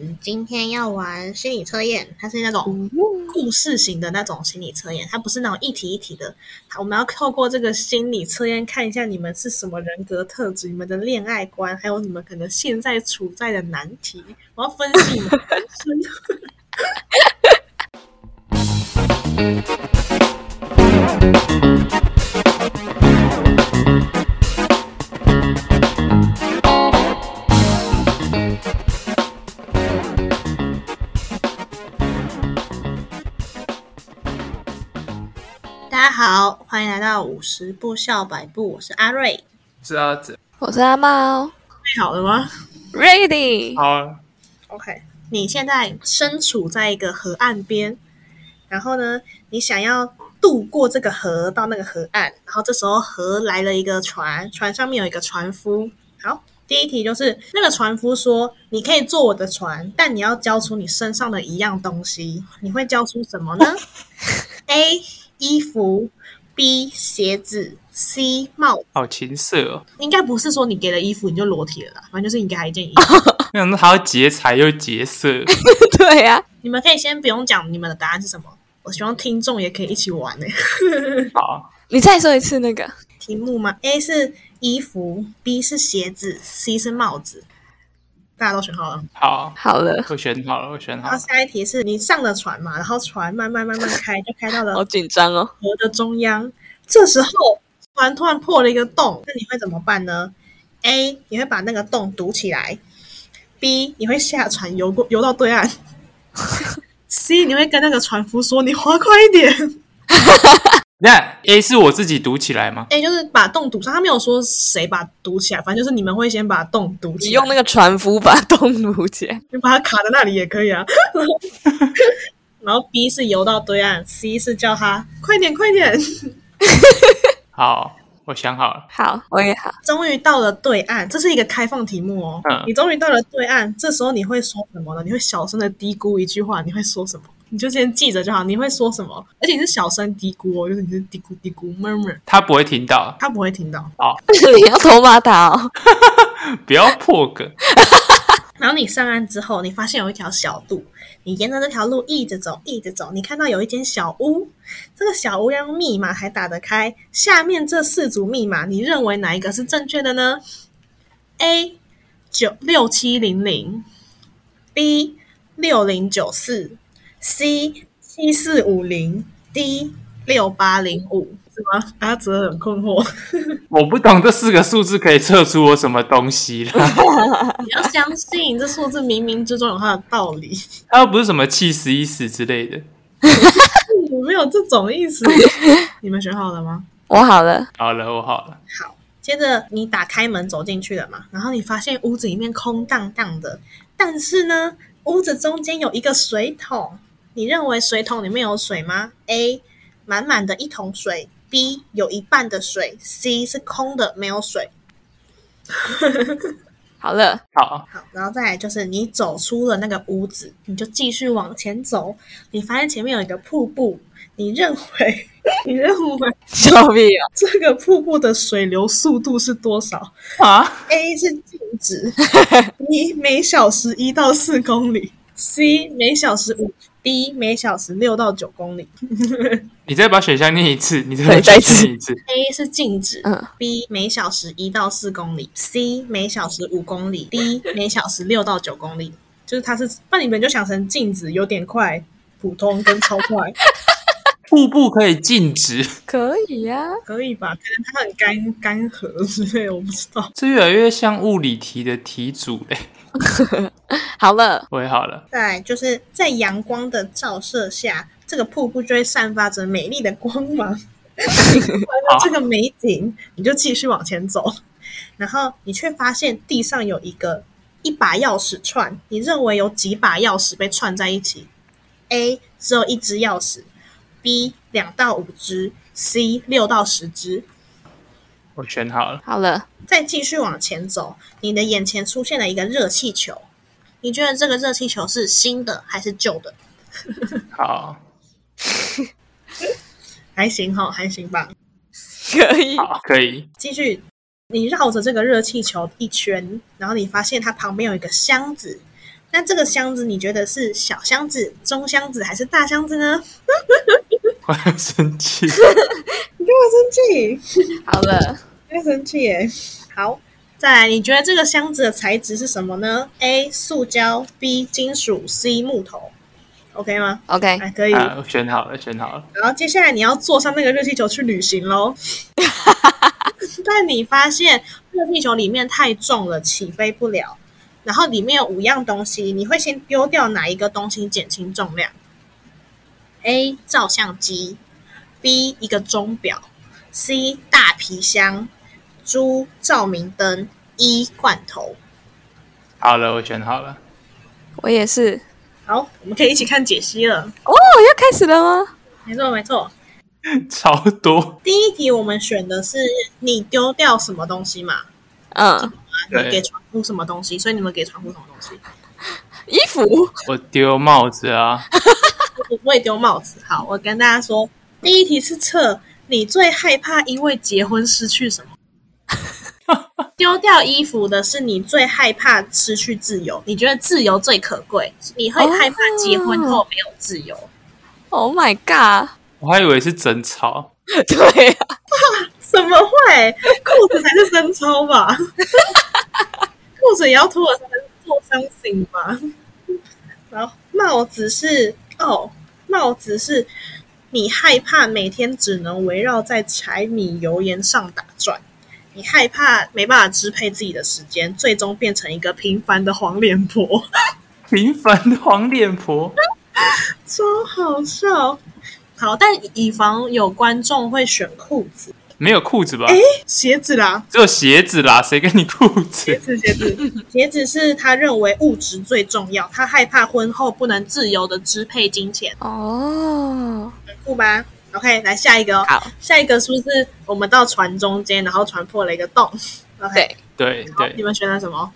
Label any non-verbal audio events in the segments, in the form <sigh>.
嗯，今天要玩心理测验，它是那种故事型的那种心理测验，它不是那种一题一题的。它我们要透过这个心理测验看一下你们是什么人格特质，你们的恋爱观，还有你们可能现在处在的难题。我要分析你们的 <laughs> 人生。大家好，欢迎来到五十步笑百步，我是阿瑞。是啊，这我是阿猫备好了吗，Ready，好啊， ？OK，你现在身处在一个河岸边，然后呢，你想要渡过这个河到那个河岸，然后这时候河来了一个船，船上面有一个船夫。好，第一题就是那个船夫说：“你可以坐我的船，但你要交出你身上的一样东西，你会交出什么呢？”A. 衣服，B. 鞋子，C. 帽子。好情色哦。应该不是说你给了衣服你就裸体了啦，反正就是你给他一件衣服。没想到还要劫财又劫色， <laughs> 对啊呀、你们可以先不用讲你们的答案是什么，我希望听众也可以一起玩呢、欸好，你再说一次那个 <laughs> 题目吗？A 是衣服，B 是鞋子，C 是帽子。大家都选好了。好，好了，我选好了，我选然好后了。下一题啊是你上了船嘛，然后船慢慢慢慢开，就开到了好紧张哦。河的中央。这时候船突然破了一个洞，那你会怎么办呢？A 你会把那个洞堵起来，B 你会下船游过游到对岸 <laughs> ，C 你会跟那个船夫说你划快一点。那 A 是我自己读起来吗？ A 哎就是把洞堵上，他没有说谁把它堵起来，反正就是你们会先把洞堵起你来，用那个船夫把洞撸起来，你把它卡在那里也可以啊。 <laughs> 然后 B 是游到对岸，C 是叫他快点快点。 <laughs> 好，我想好了。好，我也好， <laughs> 终于到了对岸，这是一个开放题目哦。嗯你终于到了对岸，这时候你会说什么呢？你会小声的嘀咕一句话，你会说什么？你就先记着就好。你会说什么？而且你是小声嘀咕哦，就是你是嘀咕嘀咕 murmur，他不会听到， <laughs> 他不会听到。你要头马打哦。不要破梗。然后你上岸之后，你发现有一条小路，你沿着这条路一直走，一直走，你看到有一间小屋，这个小屋要用密码才打得开。下面这四组密码，你认为哪一个是正确的呢？A 九六七零零，B 六零九四，C 七四五零，D 六八零五，是吗？阿哲很困惑。我不懂这四个数字可以测出我什么东西啦。你要相信这数字冥冥之中有它的道理。他又不是什么气死一死之类的。我没有这种意思。你们选好了吗？我好了，好了，我好了。好，接着你打开门走进去了嘛，然后你发现屋子里面空荡荡的，但是呢，屋子中间有一个水桶。你认为水桶里面有水吗？A. 满满的一桶水，B. 有一半的水，C 是空的，没有水。好了，好，好，然后再来就是你走出了那个屋子，你就继续往前走，你发现前面有一个瀑布，你认为， <laughs> 你认为笑屁哦！这个瀑布的水流速度是多少啊， ？A 是静止，你每小时一到四公里；C 每小时五；D 每小时六到九公里。你再把选项念一次，你再对把再选项一次念一次。 A 是静止嗯，B 每小时一到四公里，C 每小时五公里，D 每小时六到九公里。就是它是，那你们就想成静止有点快、普通跟超快，瀑布可以静止，可以啊呀、可以吧？可能它很干干涸之类的，我不知道。这越来越像物理题的题组嘞。好了，我也好了。再来就是在阳光的照射下，这个瀑布就会散发着美丽的光芒。看到这个美景，你就继续往前走，然后你却发现地上有一个一把钥匙串，你认为有几把钥匙被串在一起？A 只有一只钥匙，B 两到五只，C 六到十只。我选好了，好了，再继续往前走，你的眼前出现了一个热气球，你觉得这个热气球是新的还是旧的？好，还行哈，还行吧。可以，好，可以，继续，你绕着这个热气球一圈，然后你发现它旁边有一个箱子，那这个箱子你觉得是小箱子、中箱子还是大箱子呢？我很生气。你干嘛生气？好了，不要生气耶！好，再来，你觉得这个箱子的材质是什么呢？A. 塑胶，B. 金属，C. 木头。OK 吗？ ，OK，哎，可以。啊，选好了，选好了。然后接下来你要坐上那个热气球去旅行喽。但你发现热气球里面太重了，起飞不了。然后里面有五样东西，你会先丢掉哪一个东西减轻重量？A. 照相机，B. 一个钟表，C. 大皮箱，D. 照明灯，E. 罐头。好了，我选好了。我也是。好，我们可以一起看解析了。哦，要开始了吗？没错，没错。超多，第一题我们选的是你丢掉什么东西嘛？嗯，你对给船夫什么东西，所以你们给船夫什么东西？衣服，我丢帽子啊！我我也丢帽子。好，我跟大家说，第一题是测你最害怕因为结婚失去什么。丢掉衣服的是你最害怕失去自由，你觉得自由最可贵，你会害怕结婚后没有自由。 Oh my god！我还以为是争吵，对啊，怎么会？裤子才是身超吧？裤子也要脱了才能做伤心吧？然后帽子是哦，帽子是你害怕每天只能围绕在柴米油盐上打转，你害怕没办法支配自己的时间，最终变成一个平凡的黄脸婆， <laughs> 平凡的黄脸婆。超好笑。好，但以防有观众会选裤子、没有裤子吧？鞋子啦，只有鞋子啦，谁给你裤鞋子？子，鞋子，鞋子是他认为物质最重要，他害怕婚后不能自由的支配金钱，哦，很酷吧？OK，来下一个、哦，好，下一个是不是我们到船中间，然后船破了一个洞？OK，对，对好你对，们选了什么？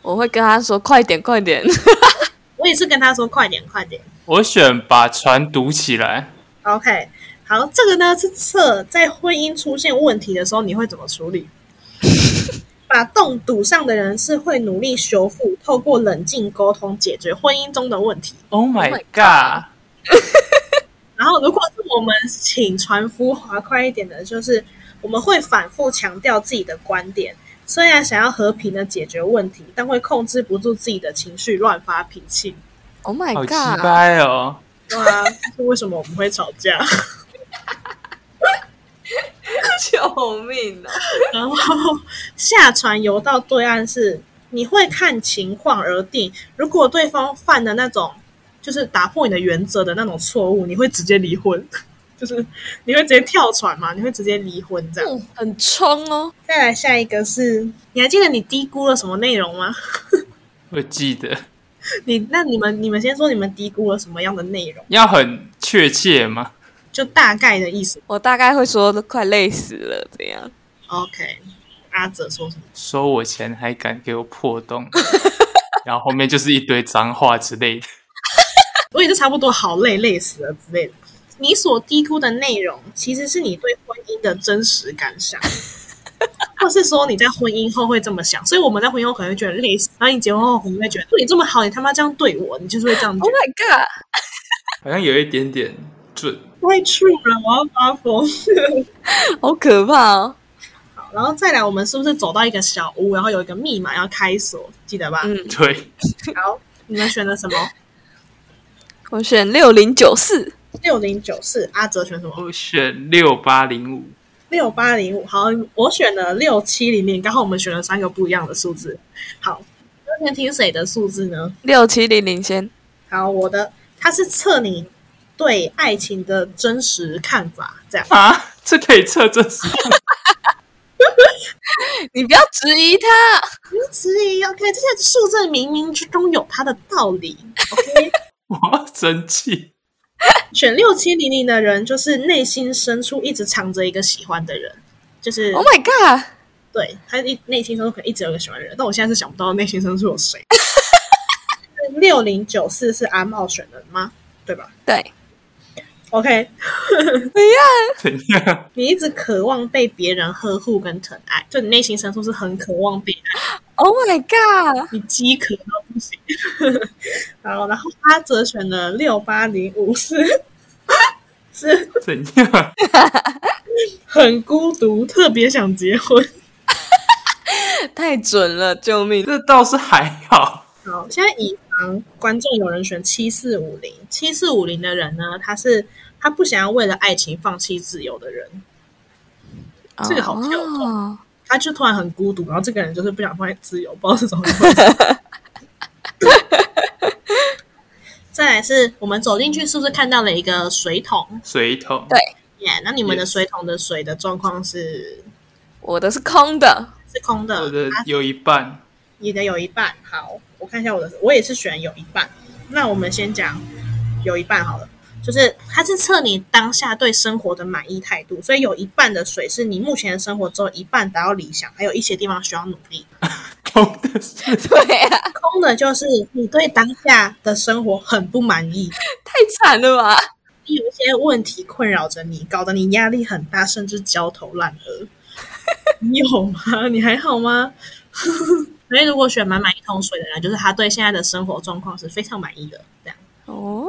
我会跟他说快点，快点。我也是跟他说快点，快点。我选把船堵起来。 OK，好，这个呢是测在婚姻出现问题的时候你会怎么处理。 <laughs> 把洞堵上的人是会努力修复，透过冷静沟通解决婚姻中的问题。 Oh my my god！然后，如果是我们请船夫划快一点的，就是我们会反复强调自己的观点，虽然想要和平的解决问题，但会控制不住自己的情绪，乱发脾气。 Oh my 好 god！奇怪哦。对啊，这是为什么我们会吵架？救命啊！ <laughs> 然后下船游到对岸是，你会看情况而定。如果对方犯的那种就是打破你的原则的那种错误，你会直接离婚，就是你会直接跳船嘛？你会直接离婚这样？嗯，很冲哦。再来下一个是，你还记得你低估了什么内容吗？ <laughs> 我记得你那你们你们先说你们低估了什么样的内容，要很确切嘛。就大概的意思。我大概会说都快累死了，怎样？ OK，阿哲说什么？收我钱还敢给我破洞，然后后面就是一堆脏话之类的。我也是差不多，好累，累死了之类的。你所低估的内容，其实是你对婚姻的真实感 <laughs> 想，或是说你在婚姻后会这么想。所以我们在婚姻后可能会觉得累死，然后你结婚后可能会觉得对你这么好，你他妈这样对我，你就是会这样觉 Oh 得。 my god！好像有一点点准。 <laughs> 太 true 了，我要发疯。好可怕哦！好然后再来，我们是不是走到一个小屋，然后有一个密码要开锁，记得吧？嗯，对，好，你们选的什么？我选六零九四。六零九四，阿哲选什么？我选六八零五。六八零五。好，我选了六七零零，刚好我们选了三个不一样的数字。好，那先听谁的数字呢？六七零零先。好，我的，它是测你对爱情的真实看法，这样。啊，这可以测这是？你不要质疑他。所以，OK，这些数字冥冥之中有它的道理。OK，我要生气。 <laughs> 选六七零零的人，就是内心深处一直藏着一个喜欢的人，就是、 Oh my god！对他一内心深处可能一直有一个喜欢的人，但我现在是想不到内心深处有谁。 <laughs> 六零九四是阿茂选的吗？对吧？对， OK，怎样？你一直渴望被别人呵护跟疼爱，就你内心深处是很渴望被爱， Oh my god！你饥渴到不行。 <laughs> 好，然后阿哲选了六八零五四，是怎样？ <laughs> 很孤独，特别想结婚。太准了，救命！这倒是还好。好，现在以防观众有人选七四五零，七四五零的人呢，他是他不想要为了爱情放弃自由的人，这个好跳动哦他就突然很孤独，然后这个人就是不想放弃自由，不知道是怎么回事。 <laughs> 再来是我们走进去，是不是看到了一个水桶？水桶对耶、那你们的 Yes 水桶的水的状况是我的是空的，是空的，我的啊有一半， <laughs> 你的有一半。好，我看一下我的，我也是选有一半。那我们先讲有一半好了，就是它是测你当下对生活的满意态度，所以有一半的水是你目前的生活只有一半达到理想，还有一些地方需要努力。空的是 <laughs> 对啊，空的就是你对当下的生活很不满意，太惨了吧！有一些问题困扰着你，搞得你压力很大，甚至焦头烂额。你有吗？ <laughs> 你还好吗？所以，如果选满满一桶水的人，就是他对现在的生活状况是非常满意的。这样哦，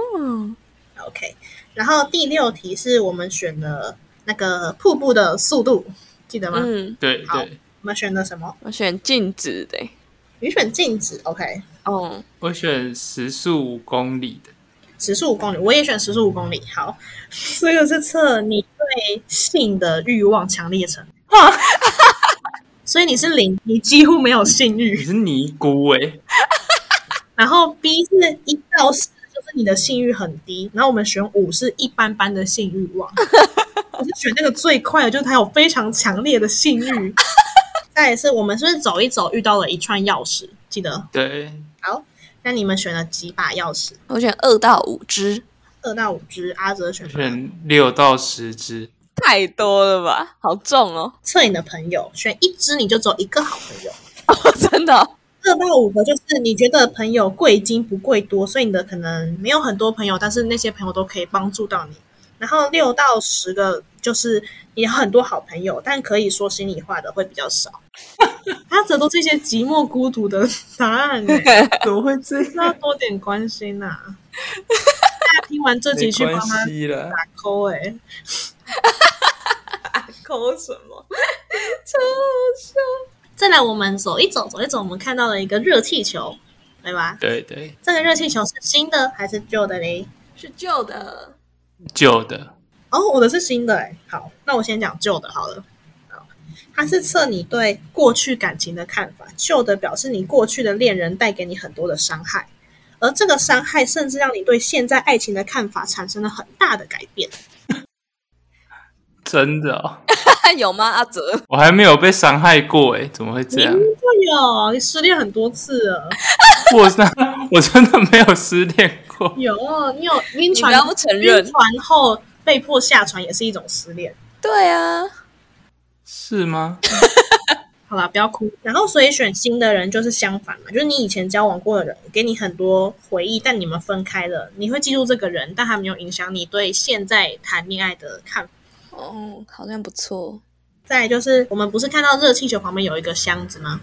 ，OK。然后第六题是我们选的那个瀑布的速度，记得吗？嗯，对好对，我们选的什么？我选静止的欸，你选静止，OK。哦，我选时速五公里的。时速五公里，我也选时速五公里。好，这个是测你对性的欲望强烈程度， <laughs> 所以你是零，你几乎没有性你欲。是尼姑哎、然后 B 是一到四，就是你的性欲很低。然后我们选五是一般般的性欲望，我是选那个最快的，就是它有非常强烈的性欲。 <laughs> 再来是我们是不是走一走遇到了一串钥匙？记得对，好，那你们选了几把钥匙？我选二到五只，二到五只，阿哲选我了哪选六到十只。太多了吧，好重哦，测你的朋友，选一只你就只有一个好朋友。 <laughs> 哦真的哦二到五个就是你觉得朋友贵精不贵多，所以你的可能没有很多朋友，但是那些朋友都可以帮助到你。然后六到十个就是你有很多好朋友，但可以说心里话的会比较少。他这都是一些寂寞孤独的答案、欸， <laughs> 怎么会这那要？多点关心呐、大家听完这集没去帮关他系啦，打 call 哎、欸，抠什么？超好笑！再来我们走一走，走一走，我们看到了一个热气球，对吧？对对，这个热气球是新的还是旧的嘞？是旧的，旧的哦，我的是新的哎。好，那我先讲旧的好了。好，它是测你对过去感情的看法。旧的表示你过去的恋人带给你很多的伤害，而这个伤害甚至让你对现在爱情的看法产生了很大的改变。真的、哦， <laughs> 有吗？阿泽，我还没有被伤害过哎、怎么会这您样？就有，哦你失恋很多次了。 <laughs> 我真我真的没有失恋过，有，你有晕你不船，要不承晕认？船后被迫下船也是一种失恋。对啊，是吗？好啦，不要哭。然后，所以选新的人就是相反嘛，就是你以前交往过的人，给你很多回忆，但你们分开了，你会记住这个人，但他没有影响你对现在谈恋爱的看法。哦，好像不错，再来就是，我们不是看到热气球旁边有一个箱子吗？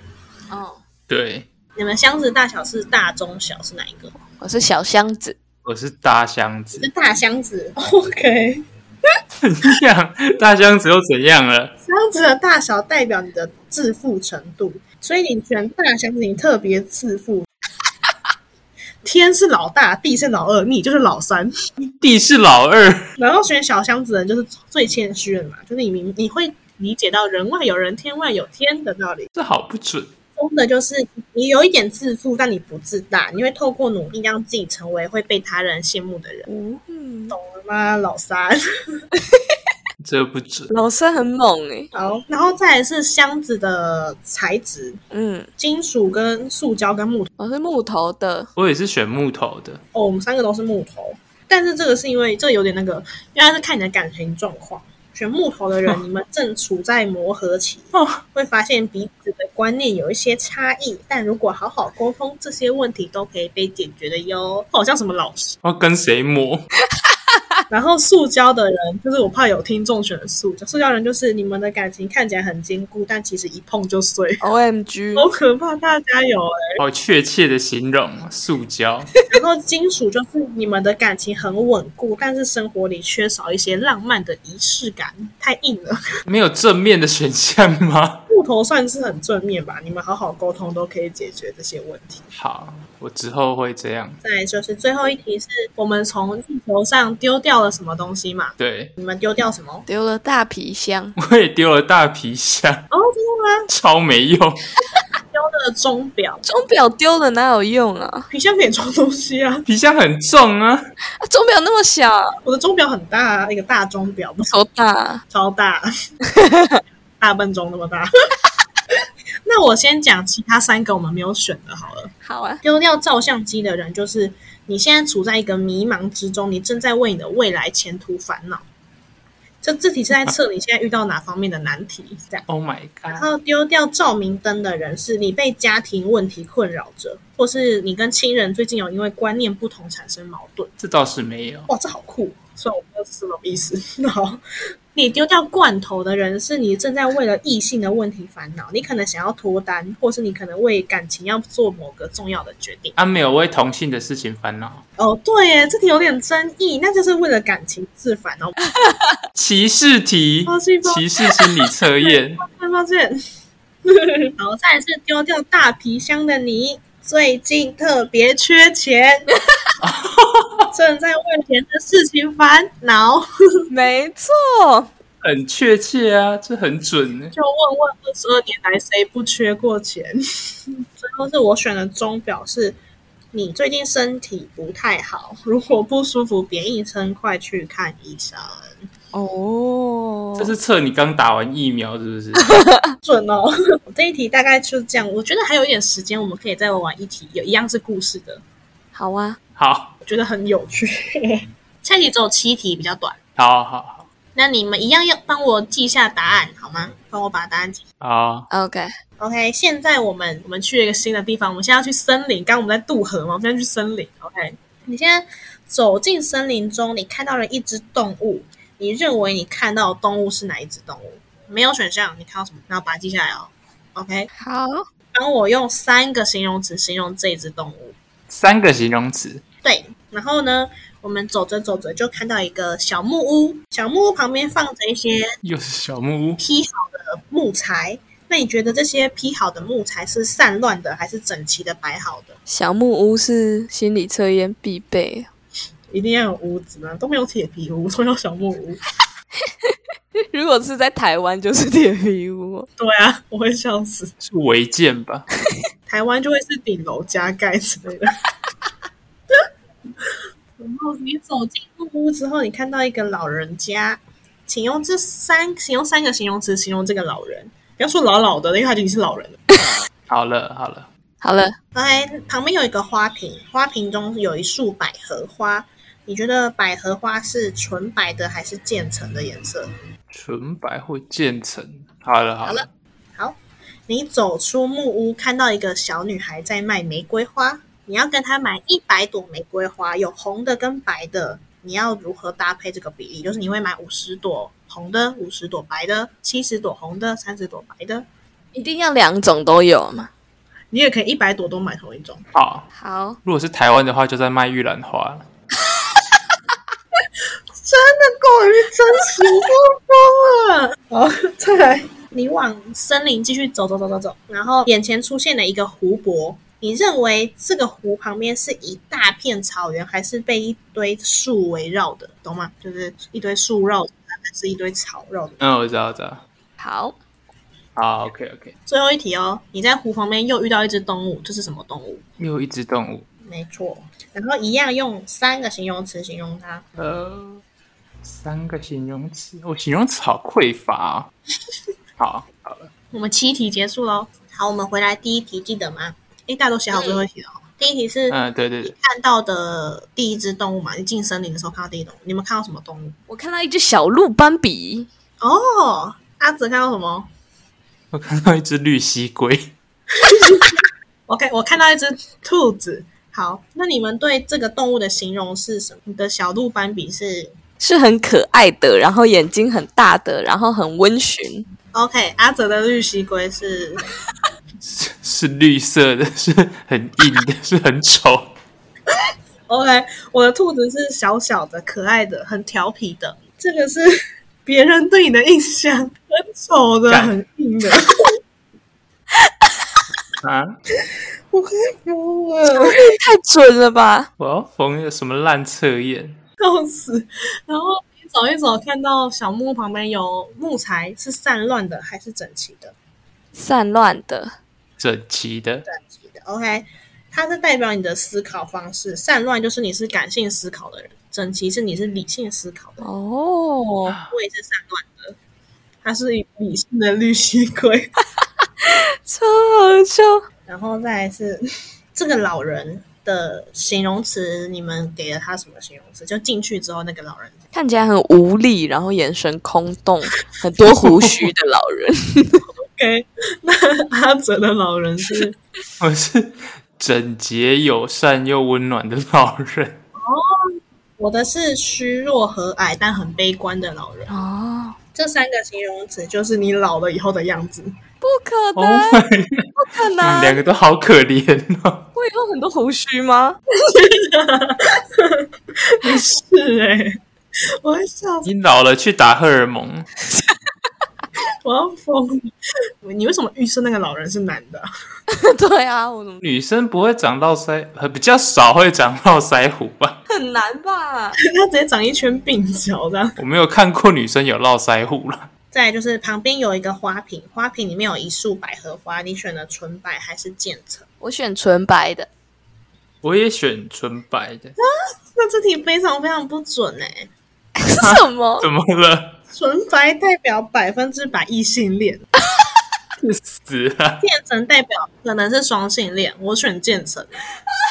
哦， <laughs> 对，你们箱子大小是大、中、小是哪一个？我是小箱子，我是大箱子 <laughs> 是，大箱 <laughs> 子。OK，哦怎样？大箱子又怎样了？箱子的大小代表你的自负程度，所以你选大箱子，你特别自负。天是老大，地是老二，你就是老三。地是老二，然后选小箱子的人就是最谦虚的嘛，就是你明你会理解到人外有人，天外有天的道理。这好不准。中的就是你有一点自负，但你不自大，你会透过努力让自己成为会被他人羡慕的人。嗯，懂了吗，老三？这不准，老三很猛哎、好，然后再来是箱子的材质，嗯，金属跟塑胶跟木头。我是木头的，我也是选木头的，哦，我们三个都是木头，但是这个是因为这个有点那个，因为它是看你的感情状况。选木头的人，你们正处在磨合期，哦会发现彼此的观念有一些差异，但如果好好沟通，这些问题都可以被解决的哟。好像什么老师，要跟谁磨？然后塑胶的人，就是我怕有听众选塑胶，塑胶人就是你们的感情看起来很坚固，但其实一碰就碎， O M G，好可怕！大家有哎、好确切的形容塑胶，然后金属就是你们的感情很稳固，但是生活里缺少一些浪漫的仪式感，太硬了。没有正面的选项吗？ <laughs> 木头算是很正面吧，你们好好沟通都可以解决这些问题。好，我之后会这样。再来就是最后一题是我们从地球上丢掉了什么东西嘛？对，你们丢掉什么？哦丢了大皮箱，我也丢了大皮箱，哦，真的吗？超没用。丢了钟表， <laughs> 钟表丢了哪有用啊？皮箱可以装东西啊。皮箱很重啊，啊钟表那么小，我的钟表很大啊，一个大钟表，不是多大啊？超大，大笨钟那么大。 <laughs> 那我先讲其他三个我们没有选的好了。好啊，丢掉照相机的人，就是你现在处在一个迷茫之中，你正在为你的未来前途烦恼。这这题是在测你现在遇到哪方面的难题，这样。 Oh my 然 god！后丢掉照明灯的人，是你被家庭问题困扰着，或是你跟亲人最近有因为观念不同产生矛盾。这倒是没有。哇，这好酷！虽然我不知道这是什么意思。好，你丢掉罐头的人是你正在为了异性的问题烦恼，你可能想要脱单，或是你可能为感情要做某个重要的决定。啊，没有为同性的事情烦恼，哦，对耶，这题有点争议，那就是为了感情自烦哦。 <laughs> 歧视题哦是，吗歧视心理测验， <laughs> 没发现？ <laughs> 好，再来是丢掉大皮箱的你，最近特别缺钱， <laughs> 正在为钱的事情烦恼，没错，很确切啊，这很准欸。就问问二十二年来谁不缺过钱？最后是我选的钟表是。你最近身体不太好，如果不舒服别硬撑，快去看医生。哦这是测你刚打完疫苗是不是？准哦。 <laughs> 这一题大概就是这样，我觉得还有一点时间，我们可以再玩一题，有一样是故事的，好啊，好，我觉得很有趣。下一题只有七题，比较短。好，好，好，那你们一样要帮我记下答案好吗？帮我把答案记。好， OK， OK，现在我们我们去一个新的地方，我们现在要去森林。刚刚我们在渡河嘛，我们现在去森林。OK，你现在走进森林中，你看到了一只动物，你认为你看到的动物是哪一只动物？没有选项，你看到什么？然后把它记下来哦。OK，好，帮我用三个形容词形容这只动物。三个形容词，对，然后呢，我们走着走着就看到一个小木屋，小木屋旁边放着一些又是小木屋，劈好的木材。那你觉得这些劈好的木材是散乱的，还是整齐的摆好的？小木屋是心理测验必备，一定要有屋子啊，都没有铁皮屋，都有小木屋。 <laughs> 如果是在台湾就是铁皮屋，对啊，我会笑死。是违建吧？台湾就会是顶楼加盖之类的。然后你走进木屋之后，你看到一个老人家，请用这三，请用三个形容词形容这个老人。不要说老老的，因为他已经是老人了。好了，好了，好了， OK，旁边有一个花瓶，花瓶中有一束百合花。你觉得百合花是纯白的还是渐层的颜色？纯白或渐层，好了，好好了了，好，你走出木屋，看到一个小女孩在卖玫瑰花，你要跟她买一百朵玫瑰花，有红的跟白的，你要如何搭配这个比例？就是你会买五十朵红的，五十朵白的，七十朵红的，三十朵白的。一定要两种都有嘛。你也可以一百朵都买同一种，好。好，如果是台湾的话，就在卖玉兰花了。真的 <laughs> 过于真实过分了。好，再来，你往森林继续走走走走走，然后眼前出现了一个湖泊。你认为这个湖旁边是一大片草原，还是被一堆树围绕的？懂吗？就是一堆树绕着它，还是一堆草绕着它？嗯，我知道，我知道。好，好，OK，OK。最后一题哦，你在湖旁边又遇到一只动物，这是什么动物？又一只动物，没错，然后一样用三个形容词形容它。呃，三个形容词，我、形容词好匮乏哦。好，好了，我们七题结束喽。好，我们回来第一题，记得吗？诶，大家都写好最后一题了哦。第一题是嗯，对对对，看到的第一只动物嘛，你进森林的时候看到第一种，你们看到什么动物？我看到一只小鹿斑比，哦，阿紫看到什么？我看到一只绿蜥龟，我看我看到一只兔子。好，那你们对这个动物的形容是什么？你的小鹿斑比是是很可爱的，然后眼睛很大的，然后很温驯。 OK，阿哲的绿蜥龟是是是绿色的，是很硬的，是很丑。 OK，我的兔子是小小的、可爱的、很调皮的，这个是别人对你的印象，很丑的、干很硬的。啊！ <laughs> 我快哭了，太准了吧！我要缝一个什么烂测验？笑死！然后你走一走，看到小木屋旁边有木材，是散乱的还是整齐的？散乱的，整齐的，整齐的。OK，它是代表你的思考方式，散乱就是你是感性思考的人，整齐是你是理性思考的人。哦，我也是散乱的，它是以理性的绿蜥龟。超好笑！ <laughs> 然后再来是这个老人的形容词，你们给了他什么形容词？就进去之后那个老人，看起来很无力，然后眼神空洞，很多胡须的老人。 OK，那阿哲的老人是我是整洁、友善又温暖的老人。我的是虚弱和蔼但很悲观的老人。 <laughs> 哦，这三个形容词就是你老了以后的样子。不可 Oh 能， my，不可你们两能！个都好可怜哦。我以后很多胡须吗？是哎、我会笑死，你老了去打荷尔蒙，我要疯了！你为什么预设那个老人是男的啊？<laughs> <laughs> 对啊，我怎么女生不会长到腮，呃比较少会长到腮胡吧？很难吧？他直接长一圈鬓角这样。我没有看过女生有落腮胡了。再来就是旁边有一个花瓶，花瓶里面有一束百合花，你选了纯白还是渐层？ <laughs> 我选纯白 <laughs> 的，我也选纯白的，那这题非常非常不准哎、是什么？怎么了？ <laughs> 纯白代表百分之百异性恋，去死了渐层代表可能是双性恋。我选渐层，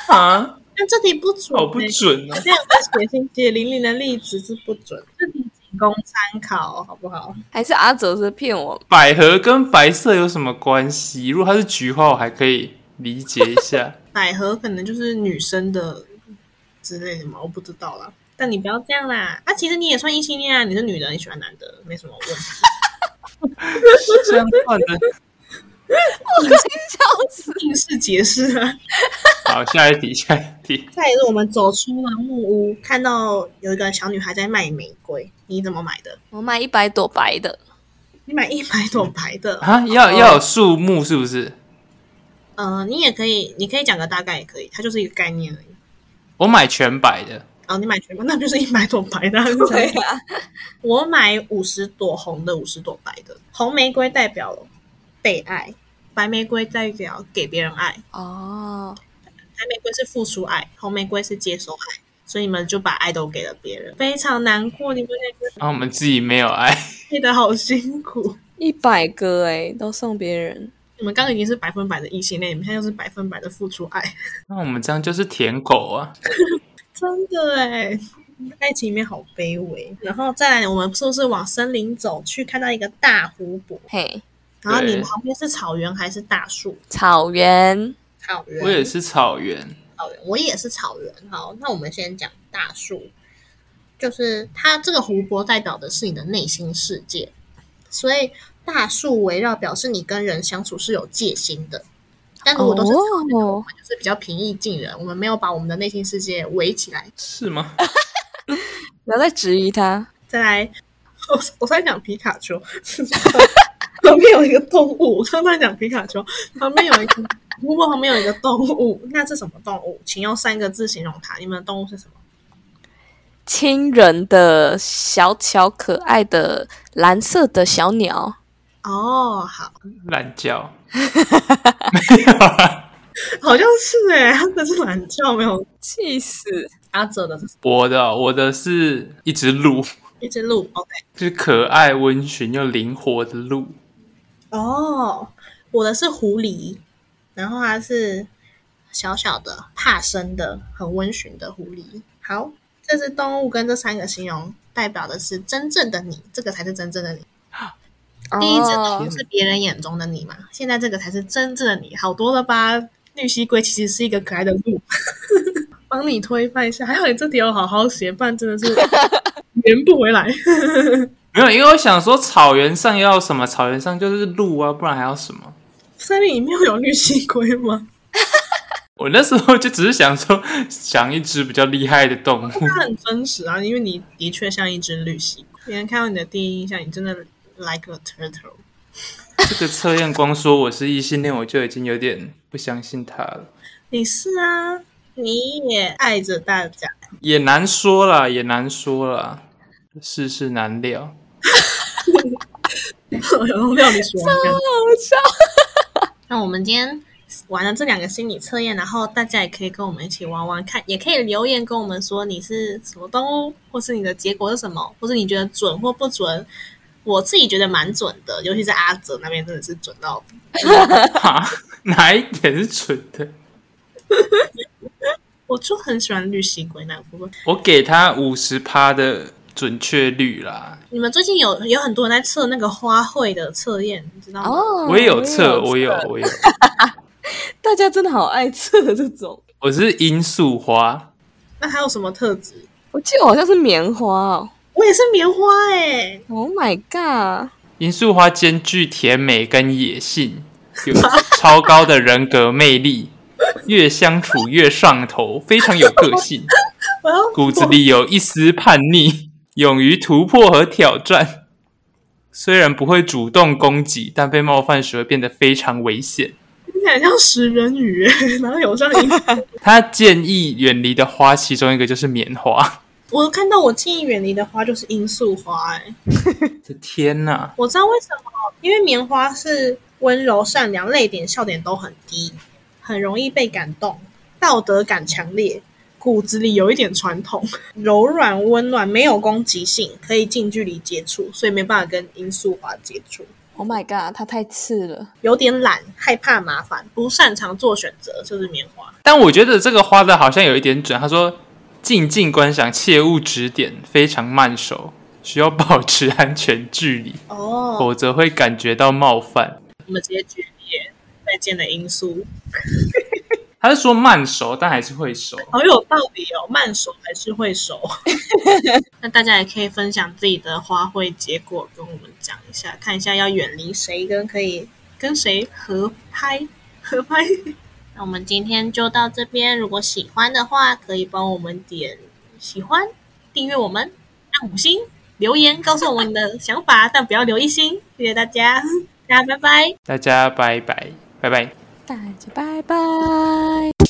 啊！但这题不准、欸，好不准哦、这样的血腥血淋淋的例子是不准，这题仅供参考，好不好？还是阿哲是骗我？百合跟白色有什么关系？如果它是菊花，我还可以理解一下。百合可能就是女生的之类的嘛，我不知道啦。但你不要这样啦，啊，其实你也算异性恋啊，你是女的，你喜欢男的，没什么问题。这样算的。我快 <laughs> 笑死！应试解释啊。好，下一题，下一题。再也是我们走出了木屋，看到有一个小女孩在卖玫瑰，你怎么买的？我买一百朵白的，你买一百朵白的，啊，要要有树木是不是？呃，你也可以，你可以讲个大概也可以，它就是一个概念而已。我买全白的，哦，你买全部，那就是一百朵白的啊。是谁啊，我买五十朵红的，五十朵白的。红玫瑰代表被爱，白玫瑰代表给别人爱。哦，白玫瑰是付出爱，红玫瑰是接受爱，所以你们就把爱都给了别人，非常难过。你们两啊然后我们自己没有爱，个记得好辛苦。一百个哎、都送别人，你们刚刚已经是百分百的异性恋，你们现在又是百分百的付出爱，那啊我们这样就是舔狗啊！真的哎，爱情里面好卑微。然后再来，我们是不是往森林走去，看到一个大湖泊？嘿，然后你对旁边是草原还是大树？草原，草原，我也是草原，草原，我也是草原。好，那我们先讲大树，就是它这个湖泊代表的是你的内心世界，所以大树围绕表示你跟人相处是有戒心的。但啊如果都是草原的话哦，就是比较平易近人，我们没有把我们的内心世界围起来。是吗？不要再质疑他，再来，我我在讲皮卡丘，旁边有一个动物，我刚才讲皮卡丘，旁边有一个，如果旁边有一个动物，那是什么动物？请用三个字形容它。你们的动物是什么？亲人的小巧可爱的蓝色的小鸟，哦，好，懒觉，没有啊，好像是哎、它的是懒觉没有气死！阿哲的是什么我的哦我的是一只鹿，一只鹿。OK，就是可爱、温驯又灵活的鹿。哦，我的是狐狸，然后它是小小的、怕生的、很温驯的狐狸。好，这只动物跟这三个形容代表的是真正的你，这个才是真正的你。第一只动物哦，是别人眼中的你嘛，现在这个才是真正的你，好多了吧？绿蜥龟其实是一个可爱 <laughs> 的鹿，帮你推翻一下。还好你这题有好好写，不然真的是圆不回来。没有，因为我想说草原上要什么？草原上就是路啊，不然还要什么？森林里面会有绿蜥龟吗？我那时候就只是想说，想一只比较厉害的动物。 <laughs> 它很真实啊，因为你的确像一只绿蜥龟。别人看到你的第一印象，你真的 like a turtle。这个测验光说我是异性恋，我就已经有点不相信他了，你是啊，你也爱着大家。 <laughs> 也难说啦，也难说啦，世事难料。我用料理学完蛋好笑。 <laughs> 那我们今天玩了这两个心理测验，然后大家也可以跟我们一起玩玩看，也可以留言跟我们说你是什么动物，或是你的结果是什么，或是你觉得准或不准。我自己觉得蛮准的，尤其是阿哲那边真的是准到哈，哪一点是蠢的？我就很喜欢绿蜥龟那部分。我给他五十趴的准确率啦。你们最近有有很多人在测那个花卉的测验，你知道吗？哦，我也有测，我有，我有，大家真的好爱测这种。我是罂粟花，那还有什么特质？我记得好像是棉花哦。我也是棉花哎、 Oh my god！罂粟花兼具甜美跟野性，有超高的人格魅力，越相处越上头，非常有个性，我要骨子里有一丝叛逆，勇于突破和挑战。虽然不会主动攻击，但被冒犯时会变得非常危险。听起来像食人鱼、欸， <laughs> 然后有像 <laughs> 一他建议远离的花，其中一个就是棉花。我看到我建议远离的花就是罂粟花、哎，这天呐，我知道为什么，因为棉花是温柔、善良、泪点、笑点都很低，很容易被感动，道德感强烈，骨子里有一点传统， <laughs> 柔软、温暖，没有攻击性，可以近距离接触，所以没办法跟罂粟花接触。 Oh my god，它太刺了。有点懒，害怕麻烦，不擅长做选择，就是棉花。但我觉得这个花的好像有一点准。他说：“静静观赏，切勿指点，非常慢熟，需要保持安全距离，哦，否则会感觉到冒犯。我们直接决裂，再见了罂粟，”他是说慢熟，但还是会熟。好有道理哦，慢熟还是会熟。那大家也可以分享自己的花卉结果，跟我们讲一下，看一下要远离谁，跟可以跟谁合拍 <laughs> 合拍。那我们今天就到这边，如果喜欢的话，可以帮我们点喜欢、订阅我们、按五星、留言，告诉我们你的想法，但不要留一星。谢谢大家，大家拜拜。大家拜拜，拜拜。大家拜拜。